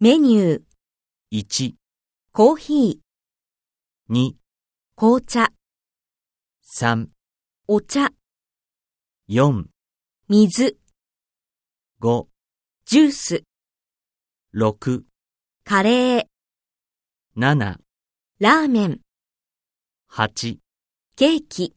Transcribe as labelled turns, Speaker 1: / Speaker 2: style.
Speaker 1: メニュー、
Speaker 2: 1、
Speaker 1: コーヒー、
Speaker 2: 2、
Speaker 1: 紅茶、
Speaker 2: 3、
Speaker 1: お茶、
Speaker 2: 4、
Speaker 1: 水、
Speaker 2: 5、
Speaker 1: ジュース、
Speaker 2: 6、
Speaker 1: カレー、
Speaker 2: 7、
Speaker 1: ラーメン、
Speaker 2: 8
Speaker 1: ケーキ。